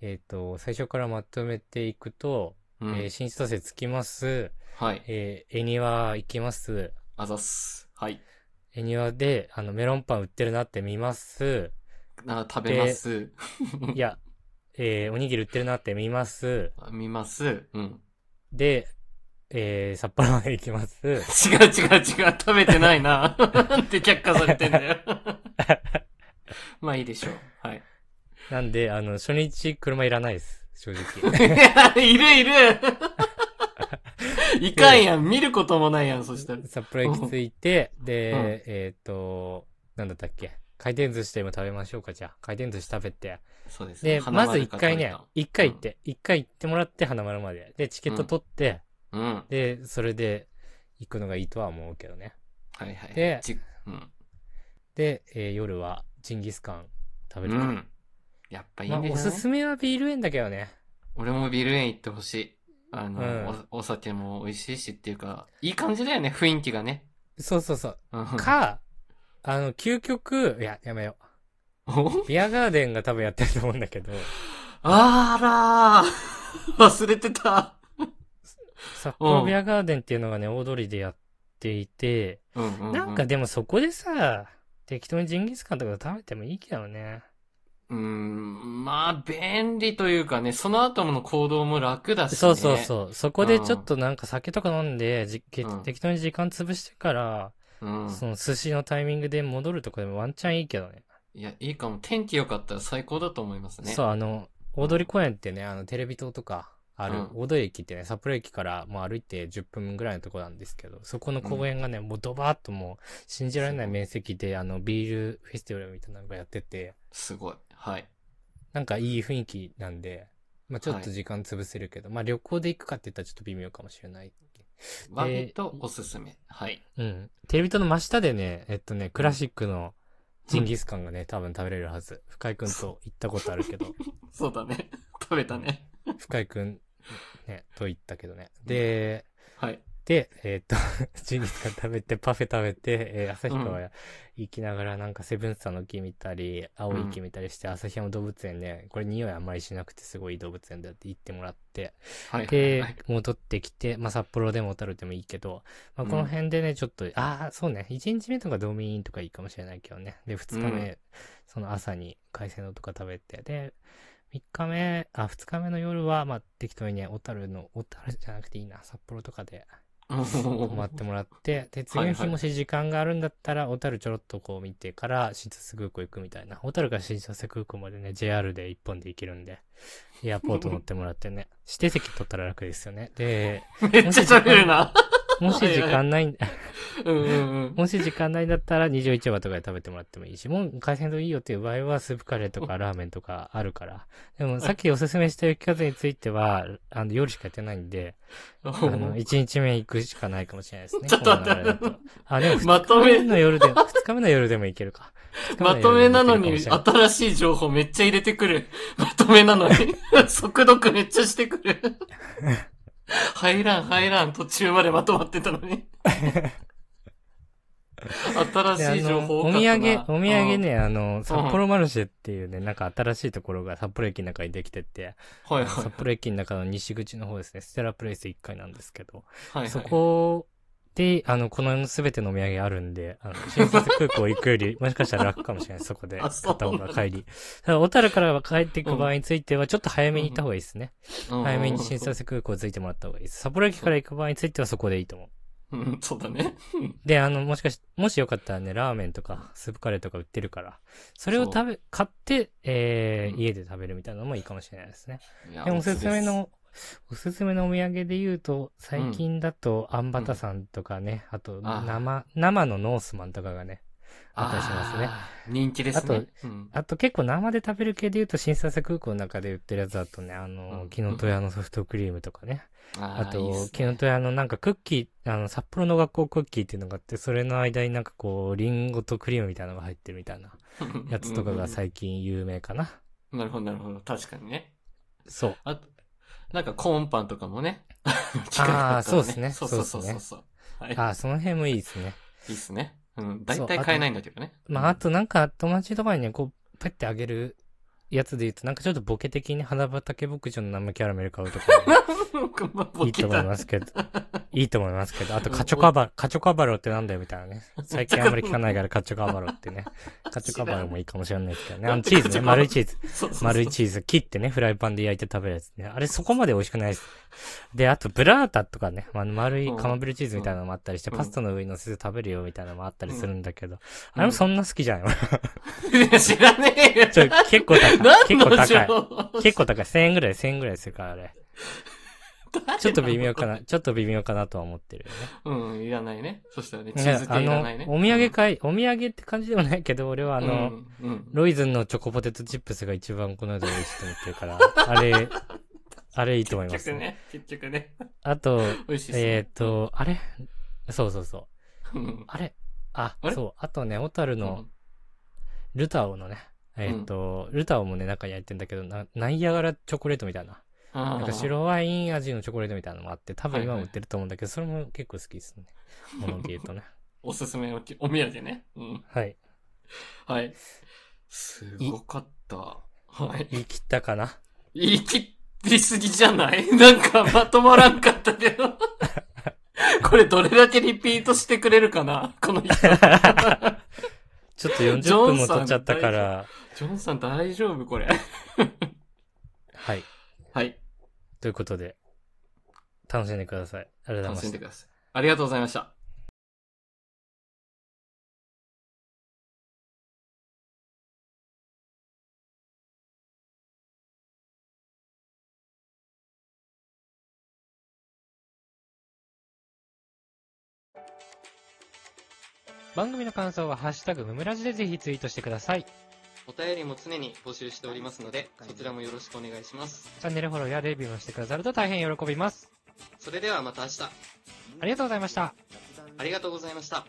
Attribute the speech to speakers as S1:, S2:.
S1: えっ、と、最初からまとめていくと、
S2: うん
S1: えー新千歳着きます、
S2: はい。
S1: えー、恵庭行きます、
S2: あざっす。はい。
S1: 恵庭で、あの、メロンパン売ってるなって見ます、
S2: あ食べます。
S1: いや、えーおにぎり売ってるなって見ます、
S2: 見ます。うん。
S1: で、えー札幌まで行きます、
S2: 違う違う違う。食べてないな。なんて却下されてんだよ。まあいいでしょう。はい。
S1: なんで、あの、初日車いらないです、正 直。
S2: いる いるいかんやん。見ることもないやん、そしたら。
S1: 札幌駅着いて、で、
S2: うん
S1: えっ、と、なんだったっけ回転寿司でも食べましょうか、じゃあ。回転寿司食べて。
S2: そうですね。
S1: で、まず一回ね
S2: 花丸か、
S1: 一回行って、一、回行ってもらって、花丸まで。で、チケット取って、
S2: 鳥か。うん。は
S1: で、それで行くのがいいとは思うけどね。
S2: いはい。
S1: で
S2: じうん。
S1: で、えー夜はジンギスカン食べ
S2: う
S1: る。
S2: ん。やっぱいい
S1: まあ、
S2: んで
S1: おす
S2: すね。
S1: すめはビール園だけどね。
S2: 俺もビル園行ってほしい。あの、
S1: うん
S2: お、お酒も美味しいしっていうか、いい感じだよね、雰囲気がね。
S1: そうそうそう。
S2: うん、
S1: か、あの、究極、いや、やめよ
S2: お
S1: う。ビアガーデンが多分やってると思うんだ けど、
S2: あらー忘れてた。
S1: 札幌ビアガーデンっていうのがね、大通りでやっていて、
S2: うんうん、うん。
S1: なんか、でもそこでさ、適当にジンギスカンとか食べてもいいけどね。
S2: うん、まあ、便利というかね、その後の行動も楽だし、ね。
S1: そうそうそう。そこでちょっとなんか酒とか飲んで、じけ
S2: うん
S1: 適当に時間潰してから、
S2: う。うん。
S1: その寿司のタイミングで戻るとかでもワンチャンいいけどね。
S2: いや、いいかも。天気良かったら最高だと思いますね。
S1: そう、あの、大通公園ってね、あの、テレビ塔とか、ある
S2: うん
S1: 大通駅ってね、札幌駅からもう歩いて10分ぐらいのとこなんですけど、そこの公園がね、もうドバーッともう信じられない面積で、あの、ビールフェスティバルみたいなのがやってて、
S2: すごい。はい。
S1: なんかいい雰囲気なんで、まあちょっ
S2: は
S1: と
S2: い
S1: 時間潰せるけど、まあ旅行で行くかって言ったらちょっと微妙かもしれない。
S2: 割とおすすめ。はい。
S1: うん。テレビ塔の真下でね、えっとね、クラシックのジンギスカンがね、多分食べれるはず。深井くんと行ったことあるけど、
S2: そうだね。 食べたね。
S1: 深井くん、ね、と行ったけどね。で、
S2: はい。
S1: で、えっと、 ジンギスカン食べて、パフェ食べて、えー、旭
S2: う
S1: 川行きながら、なんかセブンスターの木見たり、青い木見たりして、旭山動物園ね、これ匂いあんまりしなくてすごい動物園だって行ってもらって、
S2: はい。
S1: で
S2: はい、
S1: 戻ってきて、まあ、札幌でも小樽でもいいけど、まあ、
S2: うん
S1: この辺でね、ちょっと、ああ、そうね、1日目とかドーミーインとかいいかもしれないけどね。で、2日目、
S2: う
S1: その朝に海鮮丼とか食べて、で、3日目、あ、2日目の夜は、まあ、適当にね、小樽の、小樽じゃなくていいな、札幌とかで泊まってもらって、で、次の
S2: は
S1: 日
S2: い
S1: もし時間があるんだったら、小樽ちょろっとこう見てから、新千歳空港行くみたいな。小樽から新千歳空港までね、JR で一本で行けるんで、エアポート乗ってもらってね、 指定席取ったら楽ですよね。 で、
S2: めっちゃ喋るな。
S1: もし時間ない ん、
S2: うんうんうん。
S1: もし時間ないんだったら21話とかで食べてもらってもいいし、もう海鮮丼いいよっていう場合はスープカレーとかラーメンとかあるから。でもさっきおすすめした雪風については、あの、夜しかやってないんで、
S2: あ
S1: あ の、1日目行くしかないかもしれないですね。
S2: ちょっと待
S1: こ
S2: って
S1: の流れだとあ、でも
S2: まとめ
S1: 2日目の夜で、2日目の夜でも行けるか。
S2: まとめなの
S1: 二
S2: に、
S1: 日目夜でも行けるかもしれい
S2: 新しい情報めっちゃ入れてくる。 まとめなのに、 速読めっちゃしてくる。 入らん、入らん、途中までまとまってたの に。
S1: で
S2: 新しい情報多か
S1: お
S2: っ
S1: 土
S2: たな
S1: 産、お土産。ね、あの、札幌マルシェっていうね、なんか新しいところが札幌駅の中にできてて、
S2: うんはいはい
S1: 札。幌駅の中の西口の方ですね、ステラプレイス1階なんですけど、
S2: はいはい
S1: そこで、あの、このすべてのお土産あるんで、あの、新卒空港行くより、も しかしたら楽かもしれない、そこで。
S2: あそう
S1: 片方が帰り。ただ小樽から帰っていく場合については、ちょっと早めに行った方がいいですね。
S2: うん
S1: 早めに新卒空港着いてもらった方がいいです。札幌駅から行く場合についてはそこでいいと思う。
S2: うん、そうだね。
S1: で、あの、もしかし、もしよかったらね、ラーメンとか、スープカレーとか売ってるから、それを食べ、買って、えー
S2: うん
S1: 家で食べるみたいなのもいいかもしれないですね。
S2: い や
S1: でもおすすめ。の、おすすめのお土産で言うと、最近だと、あんバタさんとかね、あと、
S2: あー
S1: 生、生のノースマンとかがね、あったりしますね。
S2: あー人気ですね。うん
S1: あと結構生で食べる系で言うと、新千歳空港の中で売ってるやつだとね、あの
S2: う、ん
S1: 木の戸屋のソフトクリームとかね。あ
S2: あーいいっ
S1: と、
S2: す
S1: 木の戸屋のなんかクッキー、あの、札幌の学校クッキーっていうのがあって、それの間になんかこう、リンゴとクリームみたいなのが入ってるみたいなやつとかが最近有名かな。
S2: なるほど、なるほど。確かにね。
S1: そう。
S2: あと、なんかコーンパンとかもね。
S1: あーそうっすね
S2: そうそうそうそうそう。はい。
S1: ああ、その辺もいいですね。
S2: いいっすね。うん。大体買えないんだけどね。
S1: まあ、あとなんか友達とかにね、こう、ペッてあげるやつで言うと、なんかちょっとボケ的に花畑牧場の生キャラメル買うとか、
S2: まあ
S1: い
S2: ボ
S1: い
S2: ケ
S1: と思い
S2: た。
S1: ます けど、いいと思いますけど、あとカチョカバロ、カチョカバロってなんだよみたいなね。最近あんまり聞かないからカチョカバロってね。カチョカバロもいいかもしれないですけどね。あのチーズね、丸いチーズ。
S2: そうそうそう
S1: 丸いチーズ切ってね、フライパンで焼いて食べるやつね。あれそこまで美味しくないです。で、あとブラータとかね、まあ、丸いカマンベールチーズみたいなのもあったりして、
S2: うん
S1: パスタの上に乗せて食べるよみたいなのもあったりするんだけど、
S2: う
S1: あ
S2: ん
S1: れもそんな好きじゃない
S2: いや知らねえよ。
S1: ちょ、結構高い。
S2: 何
S1: 結構
S2: の
S1: 高い。
S2: 情報
S1: 結構高い。1000円ぐらい、1000円ぐらいするから、あれ。ちょっと微妙か。
S2: 誰
S1: な、ちょっと微妙かなとは思ってるよね。
S2: なのうん、いらないね。そしたらね、チ
S1: ね
S2: ーズ系いらないね。
S1: あの、お土産会、お土産って感じでもないけど、俺はあ
S2: うん、
S1: の、
S2: うん、うん
S1: ロイズンのチョコポテトチップスが一番この間美味しいと思ってるから、あれ、あれいいと思いま
S2: 結
S1: す、
S2: 局ね、結局ね。
S1: あと、
S2: 美味しい
S1: えっ、と、あれそうそうそう。
S2: ー、うん
S1: あれあ
S2: あれ
S1: そう。あとね、小樽の、ルタオのね、えっ、と、ルタオもね、中に焼いてんだけど、なナイアガラチョコレートみたいな。
S2: な
S1: なんか白ワイン味のチョコレートみたいなのもあって、多分今も
S2: はいはい
S1: 売ってると思うんだけど、それも結構好き ですね。もので言うとね。
S2: おすすめおきお土産ね。うん。
S1: はい。
S2: はい。すごかった。はい。
S1: 言い切ったかな
S2: 言い切りすぎじゃない なんかまとまらんかったけど。 これどれだけリピートしてくれるかなこの 人。
S1: ちょっと40
S2: ジョ
S1: 分
S2: ンさん
S1: も取っちゃったから、
S2: ジョンさん大丈夫これ。
S1: はい。
S2: はい。
S1: ということで、楽しんでください。ありがとうご
S2: 楽
S1: ざ
S2: し
S1: い
S2: ん
S1: まし
S2: でく
S1: た。
S2: ださい。ありがとうございました。
S1: 番組の感想は、ハッシュタグムムラジでぜひツイートしてください。チ
S2: お便りも常に募集しておりますので、そちらもよろしくお願いします。
S1: ャンネルフォローやレビューもしてくださると大変喜びます。
S2: それではまた明日、
S1: ありがとうございました。
S2: ありがとうございました。